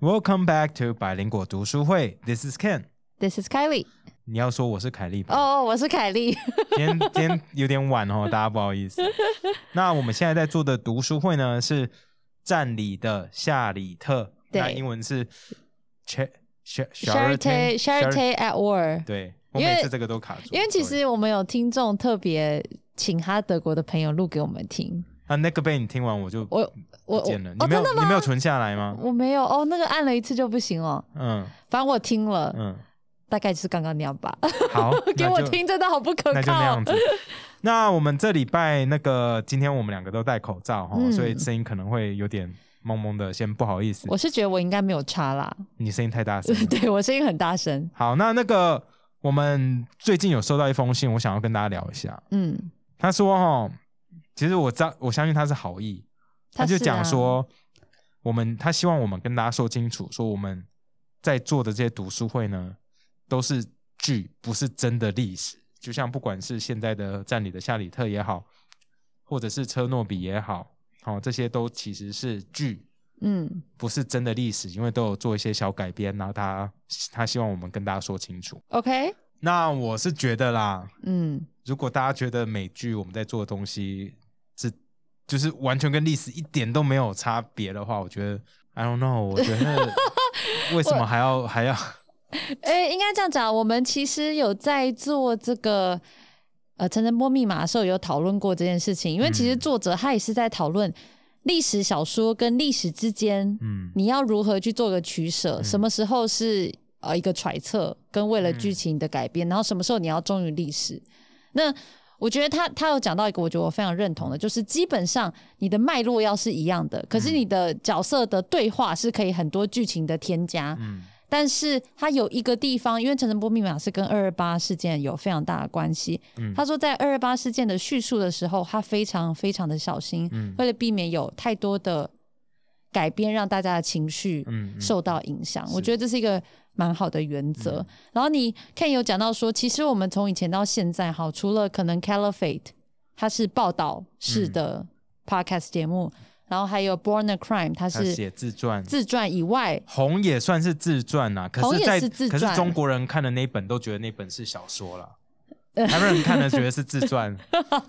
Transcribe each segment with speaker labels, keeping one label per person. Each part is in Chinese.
Speaker 1: Welcome back to 百灵果读书会，This is Ken。
Speaker 2: This is Kylie。
Speaker 1: 你要说我是凯莉吧？
Speaker 2: 哦，我是凯莉。
Speaker 1: 今天今天有点晚 哦，大家不好意思。那我们现在在做的读书会呢，是占里的夏里特，
Speaker 2: 对
Speaker 1: 那英文是 Ch Ch
Speaker 2: Charity Charity at War。
Speaker 1: 对，我
Speaker 2: 因为
Speaker 1: 每次这个都卡住，
Speaker 2: 因为其
Speaker 1: sorry
Speaker 2: 实我们有听众特别请他德国的朋友录给我们听，
Speaker 1: 啊，那个被你听完我就
Speaker 2: 我我
Speaker 1: 不
Speaker 2: 我
Speaker 1: 见了，你
Speaker 2: 哦
Speaker 1: 没有
Speaker 2: 真的
Speaker 1: 你没有
Speaker 2: 吗？
Speaker 1: 存下来吗？
Speaker 2: 我没有哦，那个按了一次就不行了。
Speaker 1: 嗯
Speaker 2: 反正我听了，
Speaker 1: 嗯，
Speaker 2: 大概就是刚刚那样吧。，
Speaker 1: 好
Speaker 2: 给
Speaker 1: 那
Speaker 2: 我
Speaker 1: 就
Speaker 2: 听真的好不 可
Speaker 1: 那就那
Speaker 2: 靠
Speaker 1: 样。子。那我们这礼拜那个，今天我们两个都戴口罩哈、
Speaker 2: 嗯
Speaker 1: 所以声音可能会有点懵懵的，先不好意思
Speaker 2: 我，是觉得我应该没有差啦，。
Speaker 1: 你声音太大声了
Speaker 2: 对我声音很大声。
Speaker 1: 好，那那个我们最近有收到一封信，我想要跟大家聊一下。
Speaker 2: 嗯，
Speaker 1: 他说哈，其实我知道，我相信他是好意，他就讲说，我们他希望我们跟大家说清楚，说我们在做的这些读书会呢，都是剧，不是真的历史。就像不管是现在的站里的夏里特也好，或者是车诺比也好，好、这些都其实是剧，
Speaker 2: 是啊，嗯，
Speaker 1: 不是真的历史，因为都有做一些小改编。然后他他希望我们跟大家说清楚。
Speaker 2: ，OK，
Speaker 1: 那我是觉得啦，
Speaker 2: 嗯，
Speaker 1: 如果大家觉得美剧我们在做的东西是就是完全跟历史一点都没有差别的话，我觉得 I don't know，我觉得为什么还要 还要
Speaker 2: 哎，应该这样讲，我们其实有在做这个。呃，陈晨波密码的时候有讨论过这件事情，因为其实
Speaker 1: 嗯
Speaker 2: 作者他也是在讨论历史小说跟历史之间，
Speaker 1: 嗯
Speaker 2: 你要如何去做个取舍，
Speaker 1: 嗯
Speaker 2: 什么时候是呃一个揣测跟为了
Speaker 1: 嗯
Speaker 2: 剧情的改编，然后什么时候你要忠于历史？那我觉得他他有讲到一个，我觉得我非常认同的，就是基本上你的脉络要是一样的，可是
Speaker 1: 嗯
Speaker 2: 你的角色的对话是可以很多剧情的添加，
Speaker 1: 嗯
Speaker 2: 但是他有一个地方，因为陈晨波密码是跟二二八事件有非常大的关系。
Speaker 1: 嗯
Speaker 2: 他说，在二二八事件的叙述的时候，他非常非常的小心，
Speaker 1: 嗯
Speaker 2: 为了避免有太多的改编，让大家的情绪
Speaker 1: 嗯
Speaker 2: 受到影响。
Speaker 1: 是
Speaker 2: 我觉得这是一个蛮好的原则。
Speaker 1: 嗯
Speaker 2: 然后你看有讲到说，其实我们从以前到现在，哈，除了可能 Caliphate 它是报道式
Speaker 1: 嗯
Speaker 2: 的 podcast 节目，然后还有 Born a Crime
Speaker 1: 他
Speaker 2: 它是
Speaker 1: 写自传？
Speaker 2: 自传以外，
Speaker 1: 红也算是自传啦，可
Speaker 2: 红
Speaker 1: 是
Speaker 2: 也
Speaker 1: 在，
Speaker 2: 是自
Speaker 1: 可是
Speaker 2: 传
Speaker 1: 中国人看的那一本都觉得那本是小说 啦，台湾人看的觉得是自传，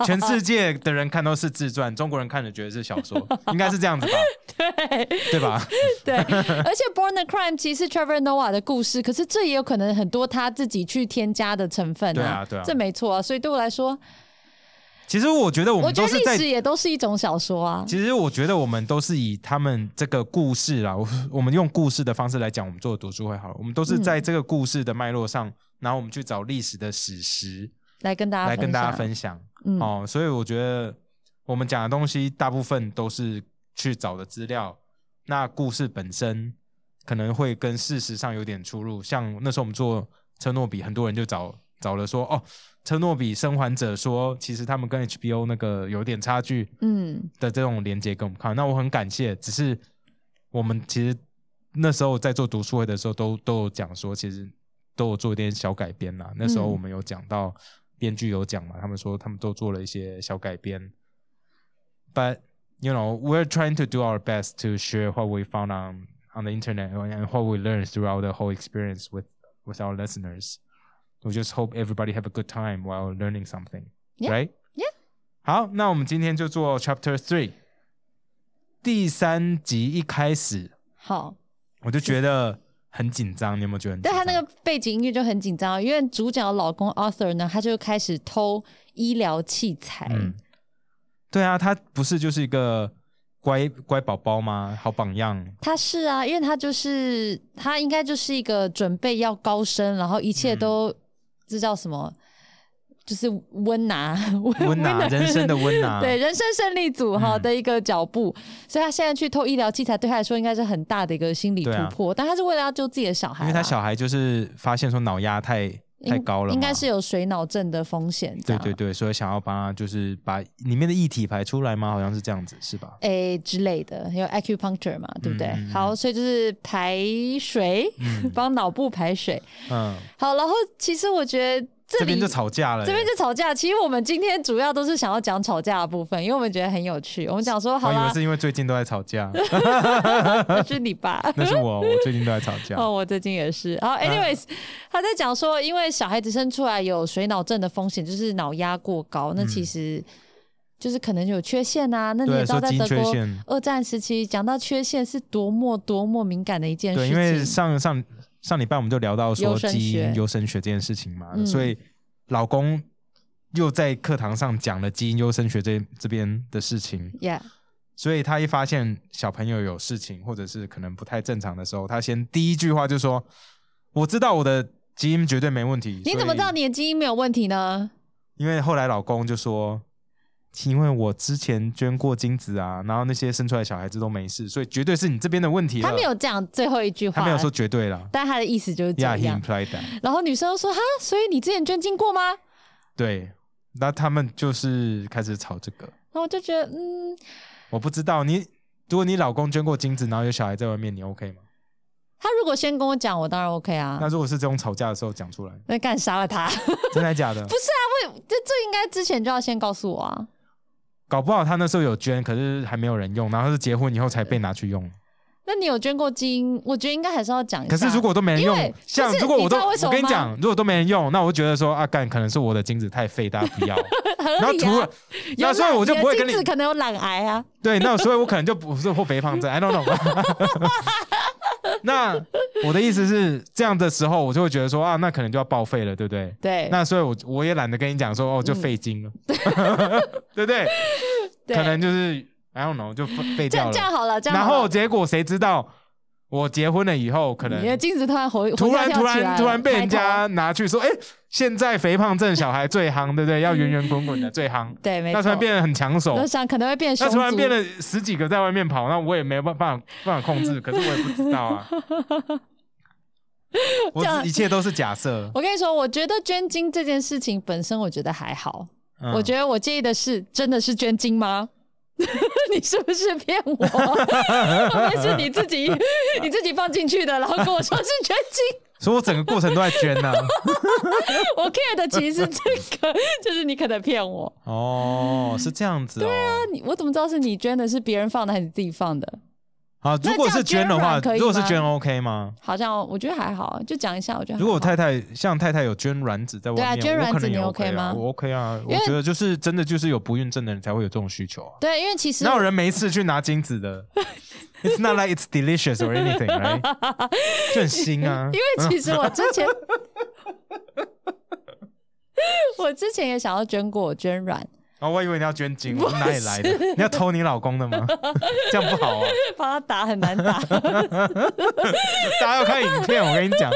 Speaker 1: 全世界的人看都是自传，中国人看的觉得是小 说，应该是这样子吧？对，对吧？
Speaker 2: 对，而且《Born a Crime》其实是 Trevor Noah 的故事，可是这也有可能很多他自己去添加的成分
Speaker 1: 对啊对啊
Speaker 2: 这没错啊。所以对我来说，
Speaker 1: 其实我觉得我
Speaker 2: 我
Speaker 1: 们
Speaker 2: 觉
Speaker 1: 都
Speaker 2: 得
Speaker 1: 是
Speaker 2: 历
Speaker 1: 在
Speaker 2: 史也都是一种小说啊。
Speaker 1: 其实我觉得我们都是以他们这个故事啊，我我们用故事的方式来讲我们做的读书会好了，我们都是在这个故事的脉络上，然后我们去找历史的史实
Speaker 2: 来跟大家
Speaker 1: 来跟大家
Speaker 2: 享，
Speaker 1: 分享、
Speaker 2: 嗯，
Speaker 1: 哦。所以我觉得我们讲的东西大部分都是去找的资料，那故事本身可能会跟事实上有点出入。像那时候我们做车诺比，很多人就找找了说哦，车诺比生还者说，其实他们跟 HBO 那个有点差距，
Speaker 2: 嗯，
Speaker 1: 的这种连接给我们看。那我很感谢，只是我们其实那时候在做读书会的时候都，都有讲说，其实都有做一点小改编啦。那时候我们有讲到编剧有讲嘛，他们说他们都做了一些小改编。But you know, we're trying to do our best to share what we found on on the internet and what we learned throughout the whole experience with with our listeners. We just hope everybody have a good time while learning something,
Speaker 2: Yeah,
Speaker 1: right?
Speaker 2: yeah.
Speaker 1: 好，那我们今天就做 Chapter Three。第三集一开始，嗯
Speaker 2: 好。
Speaker 1: 我就觉得很紧张，你有没有觉得很紧
Speaker 2: 但
Speaker 1: 张？
Speaker 2: 他那个背景音乐就很紧张，啊因为主角的老公 Arthur 呢，他就开始偷医疗器材。
Speaker 1: 嗯，对啊，他不是就是一个乖乖宝宝吗？好榜 样，
Speaker 2: 他是啊，因为他就是他应该就是一个准备要高升，然后一
Speaker 1: 嗯
Speaker 2: 切都、这叫什么？就是 温拿
Speaker 1: 温拿人生的温拿，
Speaker 2: 对人生胜利组哈
Speaker 1: 啊嗯
Speaker 2: 的一个脚步，所以他现在去偷医疗器材，对他来说应该是很大的一个心理突
Speaker 1: 对啊
Speaker 2: 破，但他是为了要救自己的小孩
Speaker 1: 因为
Speaker 2: 啦，
Speaker 1: 他小孩就是发现说脑压太太
Speaker 2: 应
Speaker 1: 高了嘛，
Speaker 2: 应该是有水脑症的风险，这
Speaker 1: 对
Speaker 2: 样
Speaker 1: 对对，所以想要帮他就是把里面的液体排出来吗？好像是这样子，是吧？
Speaker 2: 诶哎之类的，有 acupuncture 嘛，对不对？
Speaker 1: 嗯嗯嗯
Speaker 2: 好，所以就是排水，
Speaker 1: 嗯
Speaker 2: 帮脑部排水。
Speaker 1: 嗯
Speaker 2: 好，然后其实我觉得
Speaker 1: 这
Speaker 2: 里
Speaker 1: 边就吵架了耶，
Speaker 2: 这边就吵架。其实我们今天主要都是想要讲吵架的部分，因为我们觉得很有趣。我们讲说，好
Speaker 1: 我以
Speaker 2: 啦
Speaker 1: 为，是因为最近都在吵架，
Speaker 2: 那是你吧？
Speaker 1: 那是我，我最近都在吵架。
Speaker 2: 哦，我最近也是。好，anyways，、他
Speaker 1: 嗯
Speaker 2: 在讲说，因为小孩子生出来有水脑症的风险，就是脑压过高，那其实就是可能有缺陷啊。那你也
Speaker 1: 嗯对，
Speaker 2: 知道，
Speaker 1: 说
Speaker 2: 在
Speaker 1: 金
Speaker 2: 德
Speaker 1: 缺
Speaker 2: 国
Speaker 1: 陷，
Speaker 2: 二战时期，讲到缺陷是多么多么敏感的一件事
Speaker 1: 对，
Speaker 2: 情。
Speaker 1: 因为上上上礼拜我们就聊到说
Speaker 2: 优生
Speaker 1: 基
Speaker 2: 学
Speaker 1: 因优生学这件事情嘛，
Speaker 2: 嗯
Speaker 1: 所以老公又在课堂上讲了基因优生学这这边的事情，
Speaker 2: yeah，
Speaker 1: 所以他一发现小朋友有事情或者是可能不太正常的时候，他先第一句话就说：“我知道我的基因绝对没问题。”
Speaker 2: 你怎么知道
Speaker 1: 所以？
Speaker 2: 你的基因没有问题呢？
Speaker 1: 因为后来老公就说：“因为我之前捐过精子啊，然后那些生出来的小孩子都没事，所以绝对是你这边的问题了。”
Speaker 2: 他没，有讲最后一句话，
Speaker 1: 他没有说，绝对啦。
Speaker 2: 但他的意思就是这
Speaker 1: Yeah, he
Speaker 2: 样。
Speaker 1: implied that.
Speaker 2: 然后女生就说：“哈，所以你之前捐精过吗？”
Speaker 1: 对，那他们就是开始吵这个。
Speaker 2: 然后我就觉得，嗯，
Speaker 1: 我不知道你，如果你老公捐过精子，然后有小孩在外面，你 OK 吗？
Speaker 2: 他如果先跟我讲，我当然 OK 啊
Speaker 1: 那。如果是这种吵架的时候讲出来，
Speaker 2: 那干杀了他，
Speaker 1: 真的假的？
Speaker 2: 这这应该之前就要先告诉我啊。
Speaker 1: 搞不好他那时候有捐，可是还没有人用，然后是结婚以后才被拿去用。
Speaker 2: 那你有捐过基因？我觉得应该还是要讲一下。
Speaker 1: 可是如果都没人用
Speaker 2: 因为，
Speaker 1: 像
Speaker 2: 就是
Speaker 1: 如果
Speaker 2: 你
Speaker 1: 我都
Speaker 2: 知道为什
Speaker 1: 我
Speaker 2: 么
Speaker 1: 跟你
Speaker 2: 吗
Speaker 1: 讲，如果都没人用，那我就觉得说啊，干可能是我的精子太废，大家不 要。
Speaker 2: 合
Speaker 1: 然后
Speaker 2: 理
Speaker 1: 除了
Speaker 2: 啊，有
Speaker 1: 那所以我就不会
Speaker 2: 你的
Speaker 1: 跟你
Speaker 2: 精子可能有懒癌啊。
Speaker 1: 对，那所以我可能就不是或肥胖症，I don't know。那我的意思是，这样的时候我就会觉得说啊，那可能就要报废了，对不对？
Speaker 2: 对，嗯
Speaker 1: 那所以我我也懒得跟你讲说哦，就废精了， 对不对？
Speaker 2: 对
Speaker 1: 可能就是 I don't know，就废废
Speaker 2: 这
Speaker 1: 掉了
Speaker 2: 样这。样好了，这样
Speaker 1: 然
Speaker 2: 好了
Speaker 1: 后结果谁知道我结婚了以后，可能
Speaker 2: 你的精子突然活
Speaker 1: 突然
Speaker 2: 活跳
Speaker 1: 突
Speaker 2: 起来
Speaker 1: 然
Speaker 2: 了
Speaker 1: 突然被人
Speaker 2: 抬头
Speaker 1: 家拿去说，哎，现在肥胖症小孩最夯，对不对？要圆圆滚滚的最夯，
Speaker 2: 对，没
Speaker 1: 那
Speaker 2: 错，
Speaker 1: 突然变得很抢手
Speaker 2: 那，想可能会变
Speaker 1: 那
Speaker 2: 熊
Speaker 1: 突然
Speaker 2: 族
Speaker 1: 变了十几个在外面跑，那我也没办法办法控制，可是我也不知道 啊。我
Speaker 2: 这样
Speaker 1: 只一切都是假设，
Speaker 2: 我跟你说，我觉得捐精这件事情本身，我觉得还好。
Speaker 1: 嗯
Speaker 2: 我觉得我介意的是，真的是捐精吗？ 你是不是骗 我？后面是你自己你自己放进去的，然后跟我说是捐精。
Speaker 1: 所以我整个过程都在捐呢、
Speaker 2: 我 care 的其实是这个，就是你可能骗我。
Speaker 1: 哦，是这样子哦。
Speaker 2: 那你我怎么知道是你捐的，是别人放的还是自己放的？
Speaker 1: 好，
Speaker 2: 那
Speaker 1: 如果
Speaker 2: 这样
Speaker 1: 是捐的
Speaker 2: 捐
Speaker 1: 话，
Speaker 2: 卵可以
Speaker 1: 如果是
Speaker 2: 吗
Speaker 1: 捐 OK 吗？
Speaker 2: 好像我觉得还好，啊就讲一下，我觉得还好
Speaker 1: 如果太太像太太有捐卵子在外面，
Speaker 2: 哦对啊捐
Speaker 1: 我
Speaker 2: 卵
Speaker 1: 可
Speaker 2: 子
Speaker 1: 能也
Speaker 2: 你
Speaker 1: OK 啊
Speaker 2: OK 吗
Speaker 1: 我 OK 啊，我
Speaker 2: 因为
Speaker 1: 觉得就是真的就是有不孕症的人才会有这种需求啊，
Speaker 2: 对，因为其实
Speaker 1: 哪有人没事去拿精子 的？It's not like it's delicious or anything, right？就很腥啊，
Speaker 2: 因为其实我之 前，我之前也想要捐过，我捐卵，
Speaker 1: 哦，我以为你要捐精，我说哪里来的？你要偷你老公的 吗？这样不好啊！
Speaker 2: 帮他打很难打。
Speaker 1: 大家要看影片，我跟你 讲。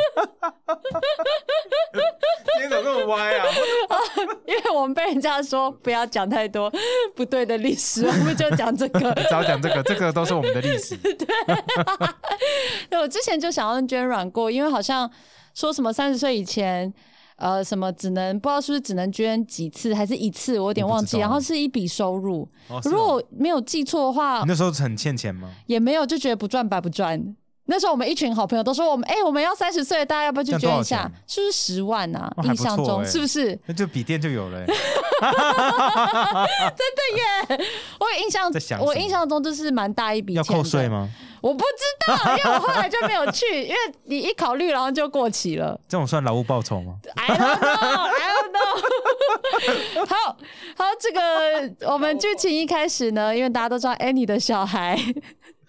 Speaker 1: 今天怎么那么歪啊？
Speaker 2: 因为我们被人家说不要讲太多不对的历史，我们就讲这个。
Speaker 1: 只要讲这个，这个都是我们的历史。
Speaker 2: 对，我之前就想要捐卵过，因为好像说什么三十岁以前，呃，什么只能不知道是不是只能捐几次，还是一次，我有点忘
Speaker 1: 我不知
Speaker 2: 记。
Speaker 1: 道
Speaker 2: 然后是一笔收入，
Speaker 1: 哦是哦
Speaker 2: 如果我没有记错的话
Speaker 1: 你，那时候很欠钱吗？
Speaker 2: 也没有就觉得不赚白不赚。那时候我们一群好朋友都说我们哎、我们要三十岁，大家要不要去
Speaker 1: 这样多少
Speaker 2: 捐一下
Speaker 1: 钱？
Speaker 2: 是不是十万啊？
Speaker 1: 哦还不
Speaker 2: 印
Speaker 1: 错
Speaker 2: 象中、
Speaker 1: 哎
Speaker 2: 是不是？
Speaker 1: 那就笔电就有了欸、
Speaker 2: 我有印象
Speaker 1: 在想，
Speaker 2: 我
Speaker 1: 什么
Speaker 2: 印象中就是蛮大一笔
Speaker 1: 要
Speaker 2: 钱
Speaker 1: 扣
Speaker 2: 的
Speaker 1: 税吗？
Speaker 2: 我不知道，因为我后来就没有去，因为你一考虑，然后就过期了。
Speaker 1: 这种算劳务报酬吗？
Speaker 2: I don't know, I don't know 好。好这个我们剧情一开始呢，因为大家都知道 Annie 的小孩，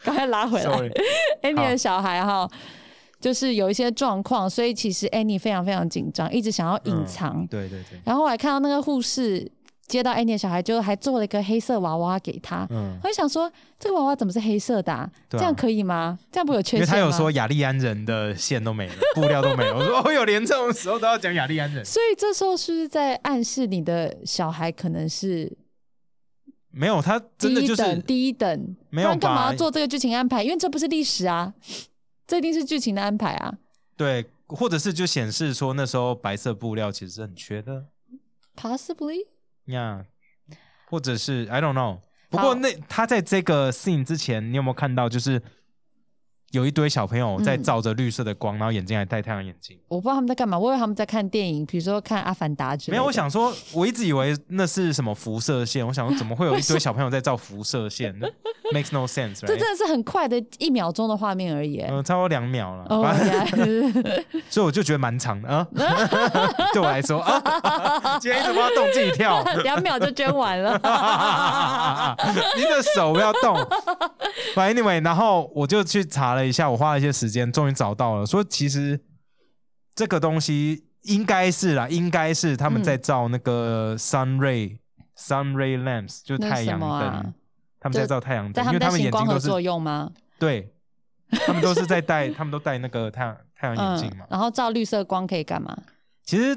Speaker 2: 赶快拉回
Speaker 1: Sorry
Speaker 2: 来。Annie 的小孩哈，就是有一些状况，所以其实 Annie 非常非常紧张，一直想要隐藏。
Speaker 1: 嗯对对对，
Speaker 2: 然后我还看到那个护士接到 Annie 的小孩，就还做了一个黑色娃娃给他。
Speaker 1: 嗯，
Speaker 2: 我就想说，这个娃娃怎么是黑色的、啊？
Speaker 1: 对啊
Speaker 2: 这样可以吗？这样不会有缺
Speaker 1: 因为
Speaker 2: 陷吗？
Speaker 1: 他有说雅利安人的线都没了，布料都没了。我说哦，有连这种时候都要讲雅利 安人，
Speaker 2: 所以这时候是不是在暗示你的小孩可能是
Speaker 1: 没有，他
Speaker 2: 第
Speaker 1: 真的
Speaker 2: 一
Speaker 1: 就
Speaker 2: 等
Speaker 1: 是
Speaker 2: 第一等？
Speaker 1: 没有
Speaker 2: 不然干嘛
Speaker 1: 吧
Speaker 2: 要做这个剧情安排？因为这不是历史啊， 这一定是剧情的安排啊。
Speaker 1: 对，或者是就显示说那时候白色布料其实是很缺的
Speaker 2: Possibly，
Speaker 1: 呀或者是 I don't know。不
Speaker 2: 好
Speaker 1: 过那他在这个 scene 之前，你有没有看到就是有一堆小朋友
Speaker 2: 嗯
Speaker 1: 在照着绿色的光，然后眼镜还戴太阳眼镜。
Speaker 2: 我不知道他们在干嘛，我以为他们在看电影，比如说看《阿凡达》之
Speaker 1: 没
Speaker 2: 类的。
Speaker 1: 有，我想说，我一直以为那是什么辐射线，我想说怎么会 有一堆小朋友在照辐射线？Makes no sense，
Speaker 2: 这
Speaker 1: right？
Speaker 2: 真的是很快的一秒钟的画面而已。
Speaker 1: 嗯，差不多两秒了，
Speaker 2: 哦，
Speaker 1: 反正
Speaker 2: 原来是
Speaker 1: 所以我就觉得蛮长的啊。 对我来说啊， 今天一直不要动自己跳，
Speaker 2: 两秒就捐 完了。
Speaker 1: 你的手不要动。反正 anyway，然后我就去查了一下，我花了一些时间，终于找到了。说其实这个东西应该是啦，应该是他们在照那个 sun ray、sun ray lamps，就是
Speaker 2: 那
Speaker 1: 太
Speaker 2: 是
Speaker 1: 阳
Speaker 2: 什么
Speaker 1: 灯。
Speaker 2: 啊？
Speaker 1: 他们在照太阳灯，
Speaker 2: 但
Speaker 1: 因
Speaker 2: 他
Speaker 1: 为他
Speaker 2: 们在
Speaker 1: 们
Speaker 2: 行
Speaker 1: 眼
Speaker 2: 光
Speaker 1: 睛
Speaker 2: 合
Speaker 1: 都是
Speaker 2: 作用吗？
Speaker 1: 对，他们都是在戴，他们都戴那个太阳太阳眼镜嘛。
Speaker 2: 嗯然后照绿色光可以干嘛？
Speaker 1: 其实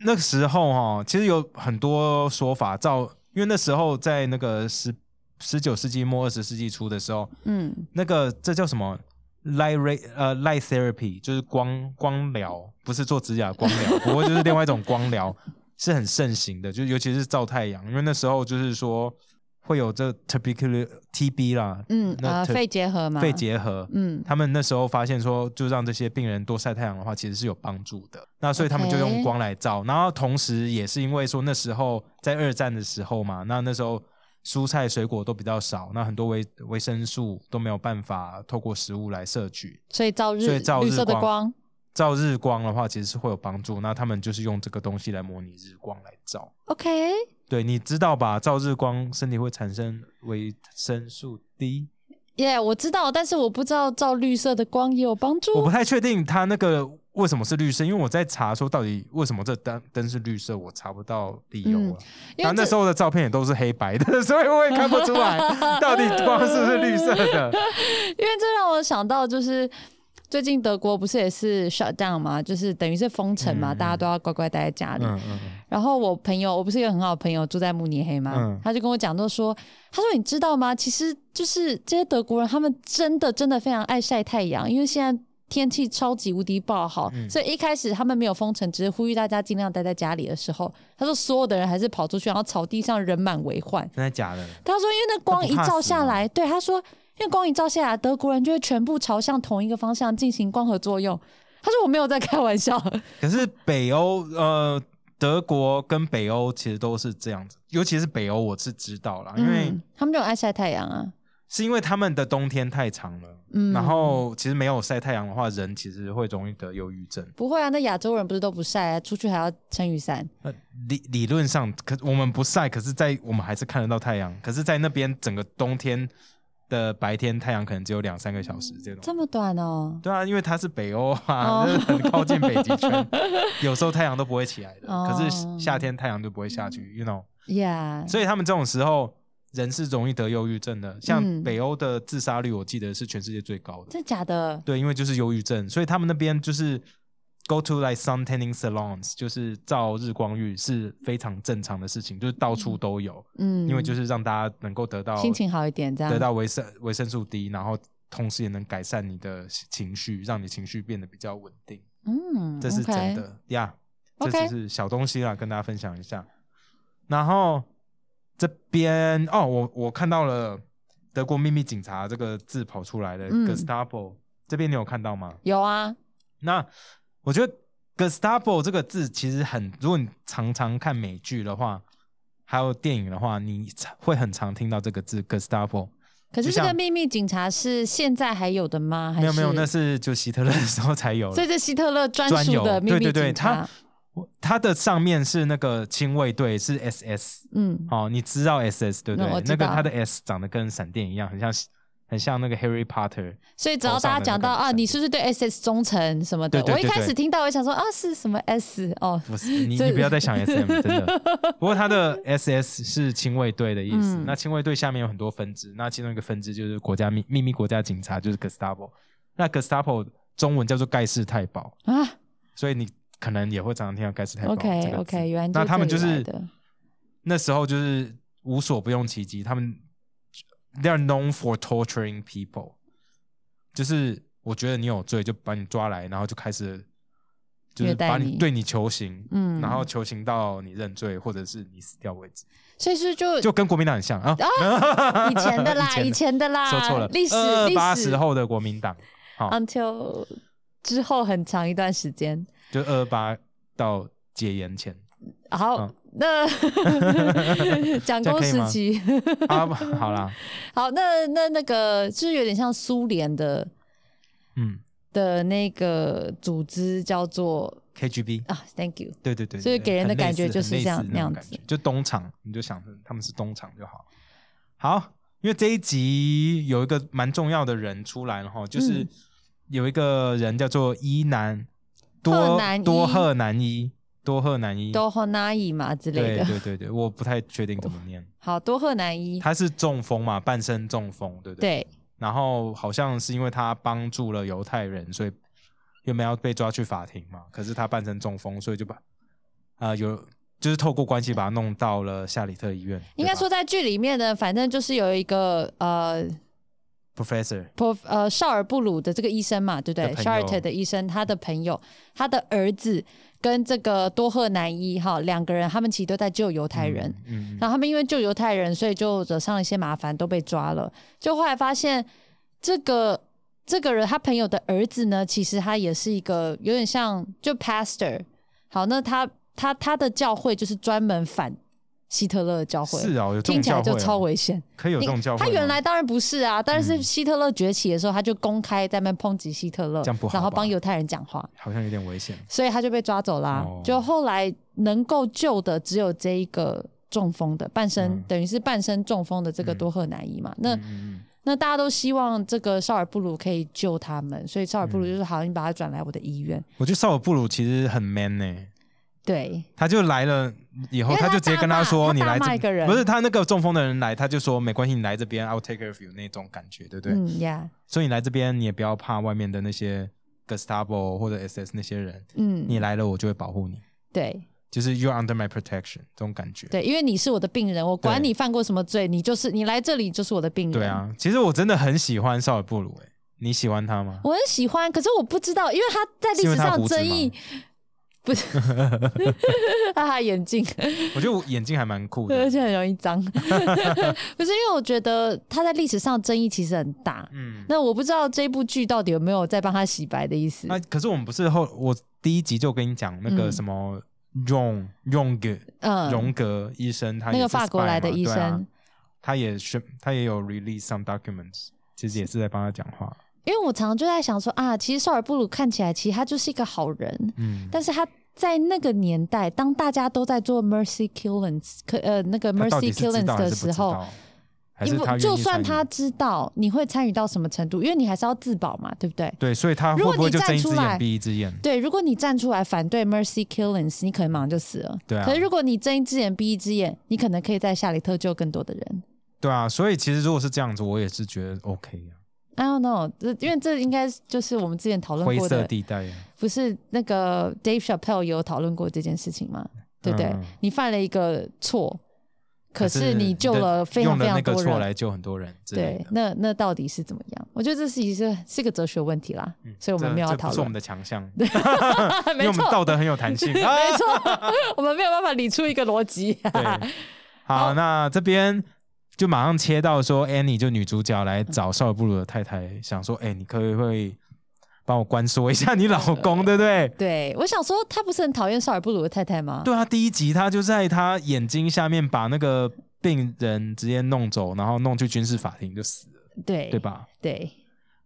Speaker 1: 那个时候哦，其实有很多说法，照因为那时候在那个十十九世纪末二十世纪初的时候，
Speaker 2: 嗯，
Speaker 1: 那个这叫什么 light ray 呃 light therapy，就是光光疗，不是做指甲光疗，不过就是另外一种光疗是很盛行的，就尤其是照太阳，因为那时候就是说会有这 tubercular TB 啦，
Speaker 2: 嗯
Speaker 1: 那
Speaker 2: 呃，
Speaker 1: 特
Speaker 2: 肺结核嘛，
Speaker 1: 肺结核，
Speaker 2: 嗯
Speaker 1: 他们那时候发现说，就让这些病人多晒太阳的话，其实是有帮助的。那所以
Speaker 2: OK
Speaker 1: 他们就用光来照，然后同时也是因为说那时候在二战的时候嘛，那那时候蔬菜水果都比较少，那很多维维生素都没有办法透过食物来摄取，
Speaker 2: 所以照
Speaker 1: 所
Speaker 2: 日
Speaker 1: 以照日
Speaker 2: 绿色的
Speaker 1: 光
Speaker 2: 光，
Speaker 1: 照日光的话其实是会有帮助。那他们就是用这个东西来模拟日光来照。
Speaker 2: OK，
Speaker 1: 对，你知道吧？照日光身体会产生维生素 D。
Speaker 2: 耶我知道，但是我不知道照绿色的光也有帮助。
Speaker 1: 我不太确定它那个为什么是绿色，因为我在查说到底为什么这灯灯是绿色，我查不到理由了。
Speaker 2: 嗯因
Speaker 1: 然
Speaker 2: 为
Speaker 1: 后那
Speaker 2: 这
Speaker 1: 时候的照片也都是黑白的，所以我也看不出来到底光是不是绿色 的。
Speaker 2: 因为这让我想到，就是最近德国不是也是 shut down 嘛，就是等于是封城嘛，
Speaker 1: 嗯
Speaker 2: 大家都要乖乖待在家里。
Speaker 1: 嗯嗯
Speaker 2: 然后我朋友，我不是一个很好的朋友，住在慕尼黑嘛，
Speaker 1: 嗯
Speaker 2: 他就跟我讲，就说，他说你知道吗？其实就是这些德国人，他们真的真的非常爱晒太阳，因为现在。天气超级无敌爆好，
Speaker 1: 嗯
Speaker 2: 所以一开始他们没有封城，只是呼吁大家尽量待在家里的时候，他说所有的人还是跑出去，然后草地上人满为患。
Speaker 1: 真的假的？
Speaker 2: 他说，因为那光一照下来，对他说，因为光一照下来，德国人就会全部朝向同一个方向进行光合作用。他说我没有在开玩笑，
Speaker 1: 可是北欧呃，德国跟北欧其实都是这样子，尤其是北欧我是知道啦，因为、
Speaker 2: 嗯，他们就很爱晒太阳啊，
Speaker 1: 是因为他们的冬天太长了，
Speaker 2: 嗯，
Speaker 1: 然后其实没有晒太阳的话，人其实会容易得忧郁症。
Speaker 2: 不会啊，那亚洲人不是都不晒、啊，出去还要撑雨伞，
Speaker 1: 呃，理理论上，可我们不晒，可是在我们还是看得到太阳。可是，在那边整个冬天的白天，太阳可能只有两三个小时这种。
Speaker 2: 这么短哦。
Speaker 1: 对啊，因为它是北欧啊，
Speaker 2: 嗯哦
Speaker 1: 就是很靠近北极 圈，有时候太阳都不会起来的。
Speaker 2: 哦嗯
Speaker 1: 可是夏天太阳就不会下去，you know。
Speaker 2: Yeah，
Speaker 1: 所以他们这种时候，人是容易得忧郁症的。像
Speaker 2: 嗯
Speaker 1: 北欧的自杀率，我记得是全世界最高的。
Speaker 2: 真的假的？
Speaker 1: 对，因为就是忧郁症，所以他们那边就是 go to like sun tanning salons，就是照日光浴是非常正常的事情，就是到处都有，
Speaker 2: 嗯，
Speaker 1: 因为就是让大家能够得到
Speaker 2: 心情好一点这样。
Speaker 1: 得到维生维生素 D，然后同时也能改善你的情绪，让你情绪变得比较稳定，
Speaker 2: 嗯，
Speaker 1: 这是真的呀。这
Speaker 2: OK
Speaker 1: 只是小东西啦，跟大家分享一下。然后这边哦，我我看到了德国秘密警察这个字跑出来了、
Speaker 2: 嗯
Speaker 1: g e s t a p o 这边你有看到吗？
Speaker 2: 有啊，
Speaker 1: 那我觉得 Gestapo 这个字其实很，如果你常常看美剧的话，还有电影的话，你常会很常听到这个字 Gestapo。
Speaker 2: 可是
Speaker 1: 就
Speaker 2: 这
Speaker 1: 像
Speaker 2: 个秘密警察是现在还有的吗？还
Speaker 1: 没有没有，
Speaker 2: 是
Speaker 1: 那是就希特勒的时候才有
Speaker 2: 所以
Speaker 1: 的
Speaker 2: 这希特勒专
Speaker 1: 专
Speaker 2: 属
Speaker 1: 有
Speaker 2: 的。秘
Speaker 1: 对
Speaker 2: 密
Speaker 1: 对对，
Speaker 2: 警
Speaker 1: 它
Speaker 2: 察。
Speaker 1: 它的上面是那个亲卫队，是 SS。
Speaker 2: 嗯，
Speaker 1: 哦，你知道 SS 对不对？
Speaker 2: 嗯
Speaker 1: 那
Speaker 2: 我知
Speaker 1: 个
Speaker 2: 道
Speaker 1: 它的 S 长得跟闪电一样，很像很像那个 Harry Potter。
Speaker 2: 所以只要大家讲到
Speaker 1: 头上的那个
Speaker 2: 啊，
Speaker 1: 闪电
Speaker 2: 你是不是对 SS 忠诚什么的？
Speaker 1: 对对对
Speaker 2: 我一开
Speaker 1: 对
Speaker 2: 始听到，我想说啊，是什么 S 哦，
Speaker 1: 不 是你，
Speaker 2: 这
Speaker 1: 你不要再想 S M，真的。不过它的 S S 是亲卫队的意思。
Speaker 2: 嗯
Speaker 1: 那亲卫队下面有很多分支，那其中一个分支就是国家秘秘密国家警察，就是 Gestapo。那 Gestapo 中文叫做盖世太保，
Speaker 2: 啊
Speaker 1: 所以你可能也会常常听到盖世太保这
Speaker 2: ，OK
Speaker 1: 个字
Speaker 2: OK，原来
Speaker 1: 那他们
Speaker 2: 这
Speaker 1: 就
Speaker 2: 里来
Speaker 1: 是
Speaker 2: 的
Speaker 1: 那时候就是无所不用其极，他们 they are known for torturing people，就是我觉得你有罪就把你抓来，然后就开始就是
Speaker 2: 虐待
Speaker 1: 把你
Speaker 2: 你
Speaker 1: 对你求刑，
Speaker 2: 嗯
Speaker 1: 然后求刑到你认罪或者是你死掉为止，
Speaker 2: 所以是就
Speaker 1: 就跟国民党很像啊，
Speaker 2: 呃以前 的
Speaker 1: 以
Speaker 2: 啦，
Speaker 1: 前的
Speaker 2: 以前的啦，啊
Speaker 1: 说错了，
Speaker 2: 历史
Speaker 1: 二
Speaker 2: 历
Speaker 1: 八
Speaker 2: 史
Speaker 1: 时候的国民党。好
Speaker 2: until 之后很长一段时间。
Speaker 1: 就二二八到解严前
Speaker 2: 好，
Speaker 1: 嗯
Speaker 2: 那蒋
Speaker 1: 这样
Speaker 2: 公
Speaker 1: 可以
Speaker 2: 时
Speaker 1: 吗
Speaker 2: 期，
Speaker 1: 啊，不好啦，
Speaker 2: 好，那那那个就是有点像苏联的
Speaker 1: 嗯
Speaker 2: 的那个组织叫做
Speaker 1: ，KGB，
Speaker 2: 啊，Thank you，
Speaker 1: 对对对，
Speaker 2: 所以
Speaker 1: 对
Speaker 2: 给人的
Speaker 1: 很类
Speaker 2: 感觉
Speaker 1: 似
Speaker 2: 就是
Speaker 1: 很类
Speaker 2: 这样
Speaker 1: 似
Speaker 2: 那
Speaker 1: 那
Speaker 2: 样
Speaker 1: 种
Speaker 2: 子
Speaker 1: 感觉，就东厂，你就想成他们是东厂就好。好，因为这一集有一个蛮重要的人出来了哈，就是
Speaker 2: 嗯
Speaker 1: 有一个人叫做伊南多
Speaker 2: 贺南一
Speaker 1: 多贺南一多贺南一，
Speaker 2: 多赫南伊嘛之类
Speaker 1: 对
Speaker 2: 的。
Speaker 1: 对对对，我不太确定怎么 念，
Speaker 2: 好，多赫南伊，
Speaker 1: 他是中风嘛，半身中风，对不对？
Speaker 2: 对，
Speaker 1: 然后好像是因为他帮助了犹太人，所以原本要被抓去法庭嘛，可是他半身中风，所以就把啊、呃有就是透过关系把他弄到了夏里特医院。
Speaker 2: 应该
Speaker 1: 对吧
Speaker 2: 说在剧里面呢，反正就是有一个呃
Speaker 1: professor，
Speaker 2: ，prof 呃绍尔布鲁的这个医生嘛，对不对
Speaker 1: 的朋友
Speaker 2: ？Charlotte 的医生，他的朋友，他的儿子跟这个多赫南伊哈两个人，他们其实都在救犹太人。
Speaker 1: 嗯，嗯，嗯
Speaker 2: 然后他们因为救犹太人，所以就惹上了一些麻烦，都被抓了。就后来发现，这个这个人他朋友的儿子呢，其实他也是一个有点像就 pastor。好，那他他他的教会就是专门反希特勒的教会，
Speaker 1: 是啊，有这
Speaker 2: 听
Speaker 1: 种
Speaker 2: 起
Speaker 1: 教
Speaker 2: 来
Speaker 1: 会
Speaker 2: 就
Speaker 1: 啊
Speaker 2: 超危险。
Speaker 1: 可以有这种教会吗，
Speaker 2: 他原来当然不是啊，但是
Speaker 1: 嗯
Speaker 2: 希特勒崛起的时候，他就公开在那边抨击希特勒
Speaker 1: 这样不，好
Speaker 2: 然后
Speaker 1: 吧
Speaker 2: 帮犹太人讲话。
Speaker 1: 好像有点危险，
Speaker 2: 所以他就被抓走啦、
Speaker 1: 哦
Speaker 2: 就后来能够救的只有这一个中风的半身，
Speaker 1: 嗯
Speaker 2: 等于是半身中风的这个多赫南伊嘛。那、
Speaker 1: 嗯嗯
Speaker 2: 那大家都希望这个绍尔布鲁可以救他们，所以绍尔
Speaker 1: 嗯
Speaker 2: 布鲁就说：“好，你把他转来我的医院。
Speaker 1: 嗯我觉得绍尔布鲁其实很 man 呢、
Speaker 2: 对，
Speaker 1: 他就来了以后，
Speaker 2: 因为他
Speaker 1: 就直接跟
Speaker 2: 大骂
Speaker 1: 说：“
Speaker 2: 他
Speaker 1: 你
Speaker 2: 大
Speaker 1: 来
Speaker 2: 骂
Speaker 1: 这
Speaker 2: 一个人
Speaker 1: 不是他那个中风的人来，他就说没关系，你来这边，I'll take care of you 那种感觉，对不对？
Speaker 2: 嗯呀
Speaker 1: 所以你来这边，你也不要怕外面的那些 Gestapo 或者 SS 那些人，
Speaker 2: 嗯，
Speaker 1: 你来了我就会保护你，
Speaker 2: 对
Speaker 1: 就是 You're under my protection 这种感觉。
Speaker 2: 对，因为你是我的病人，我管
Speaker 1: 对
Speaker 2: 你犯过什么罪，你就是你来这里就是我的病人。
Speaker 1: 对，啊，其实我真的很喜欢绍尔布鲁、欸，你喜欢他吗？
Speaker 2: 我很喜欢，可是我不知道，因为他在历
Speaker 1: 是因
Speaker 2: 史
Speaker 1: 为他
Speaker 2: 上
Speaker 1: 胡子
Speaker 2: 争议
Speaker 1: 吗。”
Speaker 2: 不是， 哈哈，眼镜，
Speaker 1: 我觉得我眼睛还蛮酷
Speaker 2: 而
Speaker 1: 的，
Speaker 2: 且很容易脏。 不是因为我觉得他在历史上争议其实很大，
Speaker 1: 嗯。
Speaker 2: 那我不知道这部剧到底有没有在帮他洗白的意思。
Speaker 1: 那、可是我们不是后我第一集就跟你讲那个
Speaker 2: 嗯
Speaker 1: 什么荣荣格
Speaker 2: 嗯，
Speaker 1: 荣格医生，他
Speaker 2: 那
Speaker 1: 也
Speaker 2: 个
Speaker 1: 是
Speaker 2: 法国
Speaker 1: spy
Speaker 2: 来的
Speaker 1: 嘛
Speaker 2: 医
Speaker 1: 对啊
Speaker 2: 生，
Speaker 1: 他也宣，他也有 release some documents，其实也是在帮他讲话。
Speaker 2: 因为我常常就在想说啊，其实绍尔布鲁看起来其实他就是一个好人，
Speaker 1: 嗯，
Speaker 2: 但是他。在那个年代，当大家都在做 mercy killings，可呃那个
Speaker 1: 他到
Speaker 2: mercy
Speaker 1: 底是知
Speaker 2: killings
Speaker 1: 道还是
Speaker 2: 的
Speaker 1: 不
Speaker 2: 时
Speaker 1: 知
Speaker 2: 候，
Speaker 1: 道？还
Speaker 2: 因
Speaker 1: 是他
Speaker 2: 为
Speaker 1: 愿意
Speaker 2: 就
Speaker 1: 参
Speaker 2: 算
Speaker 1: 与
Speaker 2: 他知道，你会参与到什么程度？因为你还是要自保嘛，对不对？
Speaker 1: 对，所以他
Speaker 2: 如果
Speaker 1: 会不会
Speaker 2: 你
Speaker 1: 就
Speaker 2: 站
Speaker 1: 睁一
Speaker 2: 出
Speaker 1: 只
Speaker 2: 来
Speaker 1: 眼闭一只眼？
Speaker 2: 对，如果你站出来反对 mercy killings，你可能马上就死了。
Speaker 1: 对啊
Speaker 2: 可是如果你睁一只眼闭一只眼，你可能可以在夏里特救更多的人。
Speaker 1: 对啊，所以其实如果是这样子，我也是觉得 OK 啊，
Speaker 2: I don't know，这因为这应该就是我们之前讨论
Speaker 1: 灰
Speaker 2: 过
Speaker 1: 色
Speaker 2: 的，
Speaker 1: 地带啊。
Speaker 2: 不是那个 Dave Chappelle 也有讨论过这件事情嘛？对不对？
Speaker 1: 嗯
Speaker 2: 你犯了一个错，可是
Speaker 1: 是
Speaker 2: 你救
Speaker 1: 的
Speaker 2: 了非常
Speaker 1: 用
Speaker 2: 非
Speaker 1: 了那
Speaker 2: 常
Speaker 1: 个
Speaker 2: 多
Speaker 1: 错
Speaker 2: 人。
Speaker 1: 来救很多人之类
Speaker 2: 对
Speaker 1: 的，。
Speaker 2: 那那到底是怎么样？我觉得这是一个是个哲学问题啦，
Speaker 1: 嗯
Speaker 2: 所以我们
Speaker 1: 这
Speaker 2: 没有要
Speaker 1: 这不
Speaker 2: 讨
Speaker 1: 是我们
Speaker 2: 论。
Speaker 1: 的强项，因为
Speaker 2: 没
Speaker 1: 我们
Speaker 2: 错，
Speaker 1: 道德很有弹性 啊。
Speaker 2: 没错，我们没有办法理出一个逻辑。
Speaker 1: 对，好，那这边就马上切到说，Annie 就女主角来找绍尔布鲁的太太，想说，哎、你可不可以帮我关说一下你老
Speaker 2: 呃
Speaker 1: 公，对不对？
Speaker 2: 对，我想说，他不是很讨厌绍尔布鲁的太太吗？
Speaker 1: 对啊，第一集他就在他眼睛下面把那个病人直接弄走，然后弄去军事法庭就死了，
Speaker 2: 对
Speaker 1: 对？吧？
Speaker 2: 对，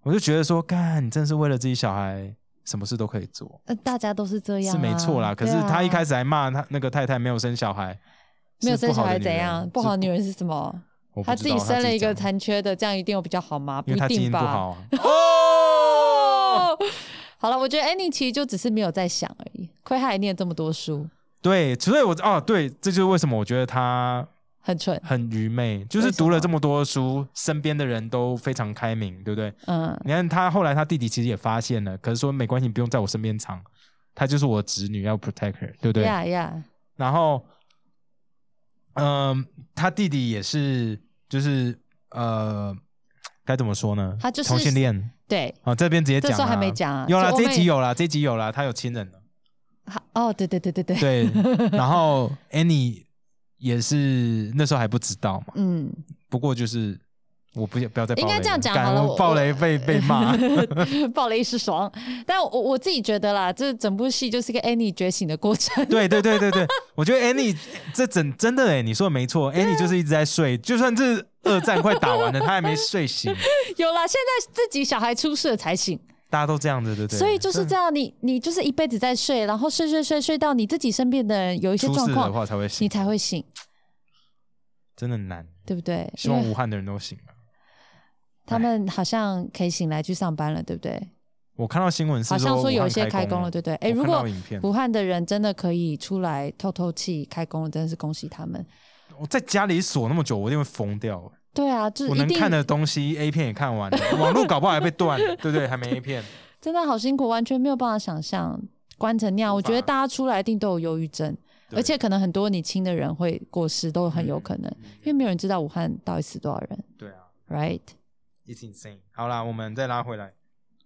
Speaker 1: 我就觉得说，干，你真是为了自己小孩，什么事都可以做，
Speaker 2: 呃，大家都是这样、啊，
Speaker 1: 是没错啦。可是
Speaker 2: 对啊
Speaker 1: 他一开始还骂他那个太太没有生小孩，
Speaker 2: 没有
Speaker 1: 是
Speaker 2: 生
Speaker 1: 不好
Speaker 2: 小
Speaker 1: 的
Speaker 2: 孩
Speaker 1: 女
Speaker 2: 怎
Speaker 1: 人
Speaker 2: 样？
Speaker 1: 是
Speaker 2: 不好的女人是什么？
Speaker 1: 我不
Speaker 2: 她
Speaker 1: 知
Speaker 2: 自己
Speaker 1: 道
Speaker 2: 生了一个
Speaker 1: 讲的
Speaker 2: 残缺的，这样一定有比较好吗？不
Speaker 1: 因
Speaker 2: 一
Speaker 1: 为他基
Speaker 2: 定
Speaker 1: 因不
Speaker 2: 吧。
Speaker 1: 好啊。
Speaker 2: 哦， 好了，我觉得 Annie 其实就只是没有在想而已。亏她还念这么多书，
Speaker 1: 对，所以我哦，对，这就是为什么我觉得他
Speaker 2: 很蠢。
Speaker 1: 很愚昧，就是
Speaker 2: 为什
Speaker 1: 读了
Speaker 2: 么
Speaker 1: 这么多书，身边的人都非常开明，对不对？
Speaker 2: 嗯，
Speaker 1: 你看他后来他弟弟其实也发现了，可是说没关系，你不用在我身边藏，她就是我侄女，要 protect her，对不对？
Speaker 2: 呀呀，
Speaker 1: 然后，嗯、他弟弟也是，就是呃，该怎么说呢？
Speaker 2: 他就是
Speaker 1: 同性恋
Speaker 2: 对，
Speaker 1: 啊、这边直接
Speaker 2: 这
Speaker 1: 讲、啊，
Speaker 2: 时候还没讲啊
Speaker 1: 有啦，
Speaker 2: 就我
Speaker 1: 这
Speaker 2: 们
Speaker 1: 一集
Speaker 2: 也
Speaker 1: 有啦，这一集有啦，他有亲人了。
Speaker 2: 好哦，对对对对对，
Speaker 1: 对，然后 Annie 也是那时候还不知道嘛，
Speaker 2: 嗯，
Speaker 1: 不过就是我不不要再爆
Speaker 2: 应该
Speaker 1: 雷
Speaker 2: 这样
Speaker 1: 了
Speaker 2: 讲
Speaker 1: 感
Speaker 2: 好了
Speaker 1: 恩
Speaker 2: 我
Speaker 1: 爆
Speaker 2: 我
Speaker 1: 雷被被 骂，
Speaker 2: 爆了一时爽。但我我自己觉得啦，这整部戏就是一个 Annie 觉醒的过程。
Speaker 1: 对对对对对，我觉得 Annie 这整真的哎、你说的没错，Annie
Speaker 2: 啊
Speaker 1: 就是一直在睡，就算这二战快打完了，她还没睡 醒，
Speaker 2: 有啦，现在自己小孩出事了才醒，
Speaker 1: 大家都这样子，对不对？
Speaker 2: 所以就是这样，你你就是一辈子在睡，然后睡睡睡睡到你自己身边的人有一些
Speaker 1: 出
Speaker 2: 状
Speaker 1: 事的
Speaker 2: 况，
Speaker 1: 话才会醒，
Speaker 2: 你才会醒，
Speaker 1: 真的难。
Speaker 2: 对不对？
Speaker 1: 希
Speaker 2: 因
Speaker 1: 望
Speaker 2: 为
Speaker 1: 武汉的人都醒了。
Speaker 2: 他们好像可以醒来去上班了，对不对？
Speaker 1: 我看到新闻是
Speaker 2: 好像
Speaker 1: 说
Speaker 2: 说有一些
Speaker 1: 开
Speaker 2: 开工了，
Speaker 1: 了，
Speaker 2: 对不对？哎，
Speaker 1: 我
Speaker 2: 如
Speaker 1: 看
Speaker 2: 果
Speaker 1: 到影片
Speaker 2: 武汉的人真的可以出来透透气、开工了，真的是恭喜他们。
Speaker 1: 我在家里锁那么久，我一定会疯掉。
Speaker 2: 对啊，就是
Speaker 1: 我
Speaker 2: 一
Speaker 1: 能
Speaker 2: 定
Speaker 1: 看的东西 A 片也看完了，网络搞不好还被断，对不对？还没 A 片，
Speaker 2: 真的好辛苦，完全没有办法想象关成那样。
Speaker 1: 无
Speaker 2: 我
Speaker 1: 法
Speaker 2: 觉得大家出来一定都有忧郁症，
Speaker 1: 对
Speaker 2: 而且可能很多你亲的人会过世，都很有可能，
Speaker 1: 嗯
Speaker 2: 因为没有人知道武汉到底死多少人
Speaker 1: 对啊
Speaker 2: ，right？
Speaker 1: ，it's insane。好啦，我们再拉回来，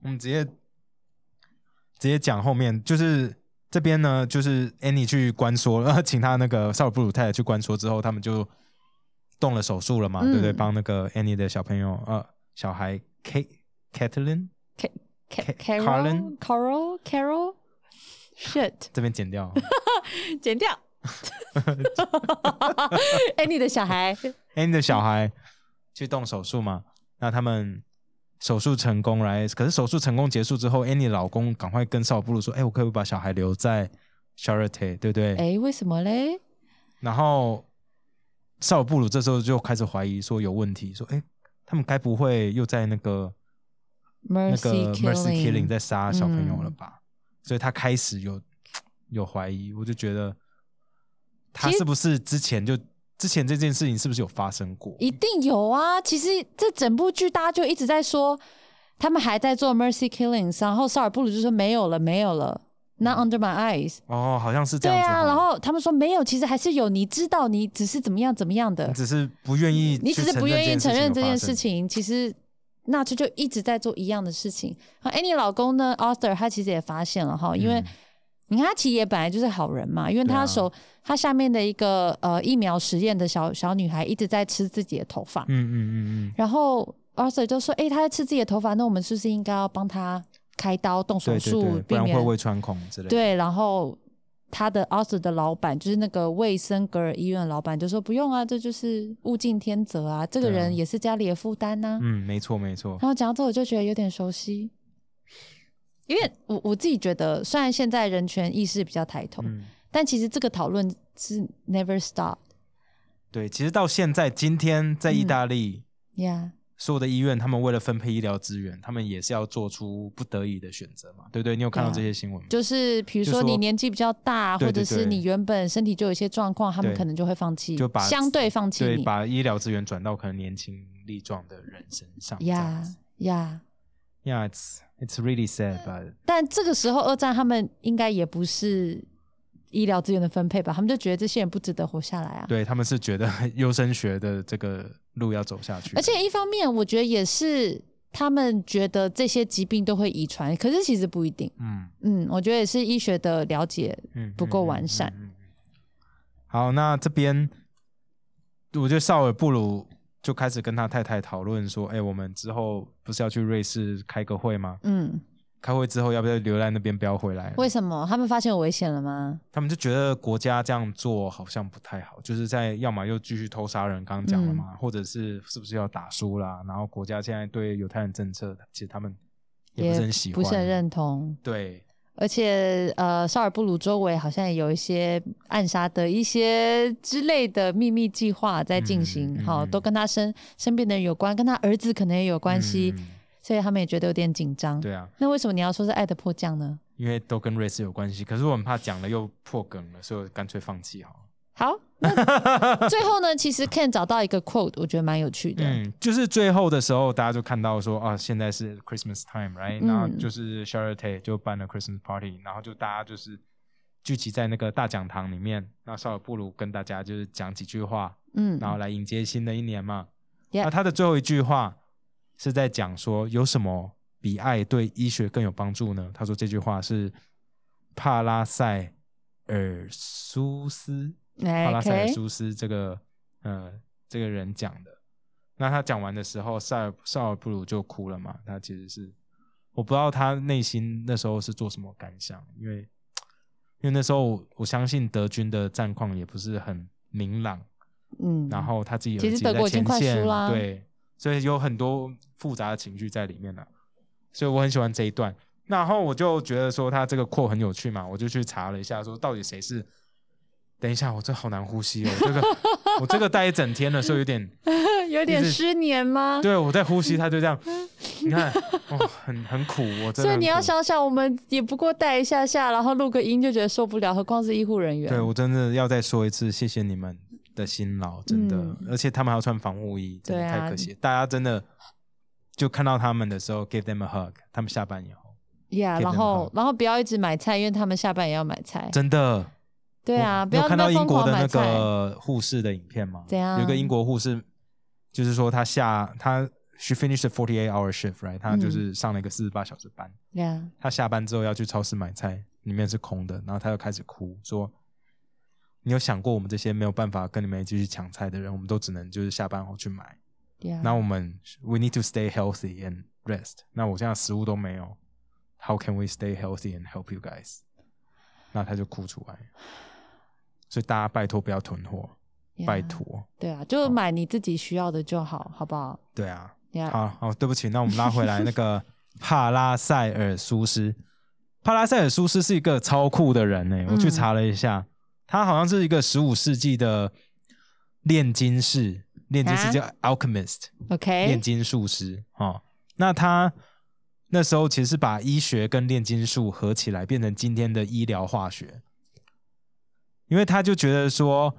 Speaker 1: 我们直接直接讲后面，就是这边呢，就是 Annie 去关说， 呃，请他那个绍尔布鲁太太去关说之后，他们就动了手术了嘛，对不对？
Speaker 2: 嗯
Speaker 1: 帮那个 Annie 的小朋友，呃，小孩 Kate Catelyn Ca- Carlin
Speaker 2: Carol Carol shit，
Speaker 1: 这边剪掉
Speaker 2: 剪掉。 哎、你的小 孩
Speaker 1: Annie 的小孩去动手术嘛，那他们手术成功来，可是手术成功结束之后，Annie 老公赶快跟绍尔布鲁说：“哎、我可不可以把小孩留在 Charity，对不对？”
Speaker 2: 哎、为什么嘞？
Speaker 1: 然后绍尔布鲁这时候就开始怀疑说有问题，说：“哎、他们该不会又在那个那
Speaker 2: Mercy 嗯
Speaker 1: 个 Mercy Killing 在杀小朋友了吧？”所以他开始有有怀疑，我就觉得他
Speaker 2: 其实
Speaker 1: 是不是之前就之前这件事情是不是有发生过？
Speaker 2: 一定有啊！其实这整部剧大家就一直在说，他们还在做 mercy killings，然后绍尔布鲁就说没有了，没有了，not under my eyes。
Speaker 1: 哦，好像是这
Speaker 2: 对
Speaker 1: 样子哦。
Speaker 2: 啊，然后他们说没有，其实还是有，你知道，你只是怎么样怎么样的
Speaker 1: 你，只是不愿意去承认这件事情有发生，
Speaker 2: 你只是不愿意承认这件事情。其实纳粹就一直在做一样的事情。啊，哎，你老公呢？Arthur 他其实也发现了哈，因为
Speaker 1: 嗯
Speaker 2: 你看他其实也本来就是好人嘛，因为
Speaker 1: 对啊
Speaker 2: 他手、他下面的一个呃疫苗实验的小小女孩一直在吃自己的头发，
Speaker 1: 嗯。嗯嗯嗯嗯，
Speaker 2: 然后 Arthur 就说：“哎、他在吃自己的头发，那我们是不是应该要帮他开刀动手
Speaker 1: 对对
Speaker 2: 术，
Speaker 1: 对，不
Speaker 2: 避
Speaker 1: 然会
Speaker 2: 免
Speaker 1: 胃穿孔之类的。
Speaker 2: 对？”啊然后他的 Arthur 的老板，就是那个卫生格尔医院的老板，就说：“不用啊，这就是物竞天择啊，这个
Speaker 1: 对啊
Speaker 2: 人也是家里的负担呐、
Speaker 1: 嗯，没错没错。
Speaker 2: 然后讲到这，我就觉得有点熟悉，因为我我自己觉得，虽然现在人权意识比较抬头，
Speaker 1: 嗯，
Speaker 2: 但其实这个讨论是 never stop。
Speaker 1: 对，其实到现在，今天
Speaker 2: 嗯
Speaker 1: 在意大利，
Speaker 2: Yeah，
Speaker 1: 所有的医院，他们为了分配医疗资源，他们也是要做出不得已的选择嘛，对不对？你有看到
Speaker 2: 对啊
Speaker 1: 这些新闻吗？
Speaker 2: 就是比如
Speaker 1: 就
Speaker 2: 说
Speaker 1: 说
Speaker 2: 你年纪比较大，
Speaker 1: 对
Speaker 2: 或
Speaker 1: 对
Speaker 2: 者是
Speaker 1: 对
Speaker 2: 你原本身体就有一些状况，他们
Speaker 1: 对
Speaker 2: 可能就会放弃，
Speaker 1: 就把
Speaker 2: 相对放弃
Speaker 1: 对，
Speaker 2: 你。
Speaker 1: 把医疗资源转到可能年轻力壮的人身上。这样
Speaker 2: 呀
Speaker 1: 子
Speaker 2: 呀！
Speaker 1: Yeah, it's it's really sad, but
Speaker 2: 但这个时候二战他们应该也不是医疗资源的分配吧？他们就觉得这些人不值得活下来啊。
Speaker 1: 对他们是觉得优生学的这个路要走下去，
Speaker 2: 而且一方面，我觉得也是他们觉得这些疾病都会遗传，可是其实不一定。
Speaker 1: 嗯。
Speaker 2: 嗯，我觉得也是医学的了解。
Speaker 1: 嗯
Speaker 2: 不够完善
Speaker 1: 嗯嗯嗯嗯好，那这边我觉得绍尔布鲁就开始跟他太太讨论说：“哎、我们之后不是要去瑞士开个会吗？
Speaker 2: 嗯，
Speaker 1: 开会之后要不要留在那边，不要回来了啊
Speaker 2: 为什么他们发现有危险了吗？？”
Speaker 1: 他们就觉得国家这样做好像不太好，就是在要么又继续偷杀人，刚刚讲了
Speaker 2: 嗯
Speaker 1: 嘛，或者是是不是要打输啦？然后国家现在对犹太人政策，其实他们也不是很喜欢，
Speaker 2: 不是很认同。
Speaker 1: 对。嗯
Speaker 2: 而且呃，绍尔布鲁周围好像也有一些暗杀的一些之类的秘密计划在进行，
Speaker 1: 嗯嗯
Speaker 2: 好、
Speaker 1: 嗯
Speaker 2: 都跟他身身边的人有关，跟他儿子可能也有关系，
Speaker 1: 嗯
Speaker 2: 所以他们也觉得有点紧张。
Speaker 1: 对啊，
Speaker 2: 那为什么你要说是爱的迫降呢？
Speaker 1: 因为都跟瑞士有关系，可是我很怕讲了又破梗了，所以我干脆放弃好了。
Speaker 2: 好，那最后呢，其实 Ken 找到一个 quote，我觉得蛮有趣的。
Speaker 1: 嗯，就是最后的时候，大家就看到说啊，现在是 Christmas time，right？、
Speaker 2: 嗯
Speaker 1: 然后就是 Charity 就办了 Christmas party，然后就大家就是聚集在那个大讲堂里面，那绍尔布鲁跟大家就是讲几句话，
Speaker 2: 嗯
Speaker 1: 然后来迎接新的一年嘛。
Speaker 2: Yeah
Speaker 1: 那他的最后一句话是在讲说，有什么比爱对医学更有帮助呢？他说这句话是帕拉塞尔苏斯。
Speaker 2: 哎
Speaker 1: 帕拉塞尔
Speaker 2: ，OK，
Speaker 1: 苏斯这个呃这个人讲的。那他讲完的时候，塞尔塞尔布鲁就哭了嘛。他其实是我不知道他内心那时候是做什么感想，因为因为那时候我我相信德军的战况也不是很明朗，
Speaker 2: 嗯，
Speaker 1: 然后他自己有
Speaker 2: 其
Speaker 1: 自
Speaker 2: 实
Speaker 1: 己
Speaker 2: 德
Speaker 1: 在
Speaker 2: 国已经
Speaker 1: 前
Speaker 2: 快输
Speaker 1: 线
Speaker 2: 啦
Speaker 1: 对，所以有很多复杂的情绪在里面了、所以我很喜欢这一段。然后我就觉得说他这个扩很有趣嘛，我就去查了一下，说到底谁是。等一下，我这好难呼吸哦，我这个我这个待一整天的时候有 点
Speaker 2: 有点失眠吗？
Speaker 1: 对，我在呼吸，他就这 样，你看，哦，很很苦，我真的。
Speaker 2: 所以你要，想想，我们也不过带一下下，然后录个音就觉得受不了，何况是医护人员。
Speaker 1: 对我真的要再说一次，谢谢你们的辛劳，真的，
Speaker 2: 嗯
Speaker 1: 而且他们还要穿防护衣，真的
Speaker 2: 对啊
Speaker 1: 太可惜。大家真的就看到他们的时候，give them a hug，他们下班以后，
Speaker 2: ，Yeah，
Speaker 1: 给
Speaker 2: 然
Speaker 1: 他们
Speaker 2: 后
Speaker 1: 好
Speaker 2: 然后不要一直买菜，因为他们下班也要买菜。
Speaker 1: 真的。
Speaker 2: 对啊，
Speaker 1: 我
Speaker 2: 不
Speaker 1: 你
Speaker 2: 要
Speaker 1: 有看
Speaker 2: 那
Speaker 1: 到
Speaker 2: 么
Speaker 1: 英
Speaker 2: 疯
Speaker 1: 国
Speaker 2: 狂
Speaker 1: 的
Speaker 2: 买
Speaker 1: 那
Speaker 2: 菜。
Speaker 1: 个护士的影片吗？
Speaker 2: 怎样
Speaker 1: 有一个英国护士，就是说他下他 she finished the forty eight hour shift，right？他就
Speaker 2: 嗯
Speaker 1: 是上了一个四十八小时班。
Speaker 2: Yeah，
Speaker 1: 他下班之后要去超市买菜，里面是空的，然后他又开始哭说：“你有想过我们这些没有办法跟你们一起去抢菜的人，我们都只能就是下班后去买。
Speaker 2: yeah
Speaker 1: 那我们 we need to stay healthy and rest。那我现在食物都没有，how can we stay healthy and help you guys？” 那他就哭出来，所以大家拜托不要囤货
Speaker 2: yeah
Speaker 1: 拜。托。
Speaker 2: 对啊，就买你自己需要的就好，好不好
Speaker 1: 对啊，
Speaker 2: ？Yeah，
Speaker 1: 好好，对不起，那我们拉回来那个 帕拉塞尔苏斯。帕拉塞尔苏斯是一个超酷的人呢、欸我去
Speaker 2: 嗯
Speaker 1: 查了一下，他好像是一个十五世纪的炼金士，炼金士
Speaker 2: 啊
Speaker 1: 叫 alchemist，、炼
Speaker 2: ，OK，
Speaker 1: 金术师哦。那他那时候其实把医学跟炼金术合起来，变成今天的医疗化学，因为他就觉得说，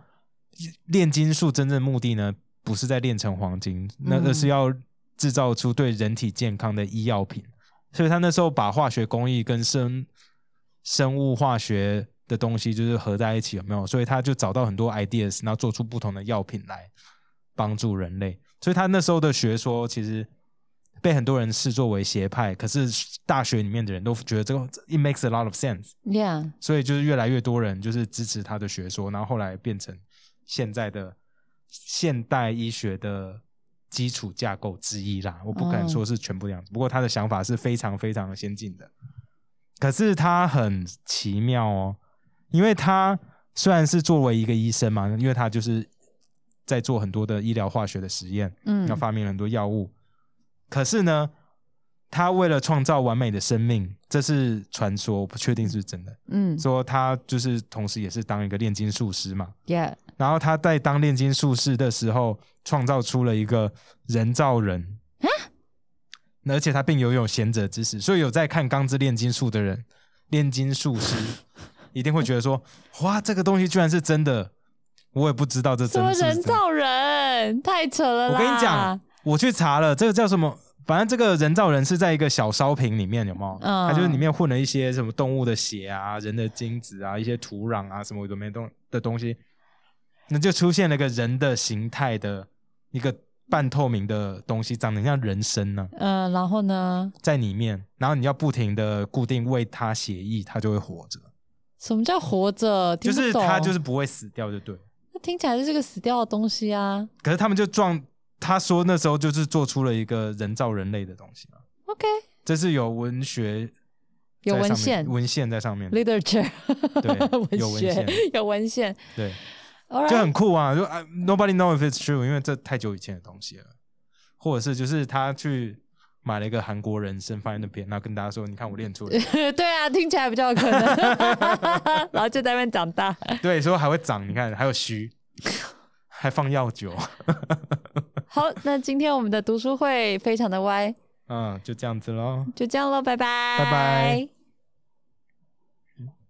Speaker 1: 炼金术真正目的呢，不是在炼成黄金，那
Speaker 2: 嗯
Speaker 1: 而是要制造出对人体健康的医药品。所以他那时候把化学工艺跟生生物化学的东西就是合在一起，有没有？所以他就找到很多 ideas，然后做出不同的药品来帮助人类。所以他那时候的学说其实被很多人视作为邪派，可是大学里面的人都觉得这个 it makes a lot of sense，
Speaker 2: ，Yeah，
Speaker 1: 所以就是越来越多人就是支持他的学说，然后后来变成现在的现代医学的基础架构之一啦。我不敢
Speaker 2: 嗯
Speaker 1: 说是全部的样子，不过他的想法是非常非常的先进的。可是他很奇妙哦，因为他虽然是作为一个医生嘛，因为他就是在做很多的医疗化学的实验，
Speaker 2: 嗯
Speaker 1: 要发明了很多药物。可是呢，他为了创造完美的生命，这是传说，我不确定是不是真的。
Speaker 2: 嗯
Speaker 1: 说他就是同时也是当一个炼金术师嘛，
Speaker 2: ，Yeah，
Speaker 1: 然后他在当炼金术士的时候，创造出了一个人造人
Speaker 2: 啊
Speaker 1: 那而且他并拥有贤者之石，所以有在看《钢之炼金术》的人，炼金术 师一定会觉得说：哇，这个东西居然是真的！我也不知道这
Speaker 2: 什
Speaker 1: 真
Speaker 2: 么
Speaker 1: 是不是
Speaker 2: 人
Speaker 1: 真的。
Speaker 2: 造人，太扯了
Speaker 1: 我
Speaker 2: 啦！
Speaker 1: 跟你讲，，我去查了，这个叫什么？反正这个人造人是在一个小烧瓶里面，有没有？
Speaker 2: 嗯
Speaker 1: 它就是里面混了一些什么动物的血啊、人的精子啊、一些土壤啊什么有的没东的东西，那就出现了一个人的形态的一个半透明的东西，长得很像人参呢、
Speaker 2: 嗯、然后呢？
Speaker 1: 在里面，然后你要不停的固定喂它血液，它就会活着，
Speaker 2: 什么叫活着？
Speaker 1: 就
Speaker 2: 听不
Speaker 1: 是
Speaker 2: 懂
Speaker 1: 它就是不会死掉，就对。
Speaker 2: 那听起来就是个死掉的东西啊。
Speaker 1: 可是他们就撞，他说那时候就是做出了一个人造人类的东西嘛，
Speaker 2: OK，
Speaker 1: 这是有文学
Speaker 2: 有
Speaker 1: 在
Speaker 2: 文
Speaker 1: 上面
Speaker 2: 献
Speaker 1: 文献在上面的，
Speaker 2: literature，
Speaker 1: 对有
Speaker 2: 文
Speaker 1: 文
Speaker 2: 学
Speaker 1: 献
Speaker 2: 有文献
Speaker 1: 对，
Speaker 2: ，All
Speaker 1: 就
Speaker 2: right，
Speaker 1: 很酷啊！就啊，nobody know if it's true，因为这太久以前的东西了，或者是就是他去买了一个韩国人参放在那边，然后跟大家说，你看我练出来，
Speaker 2: 对啊，听起来比较有可 能，然后就在那边长大。
Speaker 1: 对，说还会长，你看还有须，还放药酒，
Speaker 2: 好，那今天我们的读书会非常的歪，
Speaker 1: 嗯，就这样子喽。
Speaker 2: 就这样喽，拜拜，
Speaker 1: 拜拜。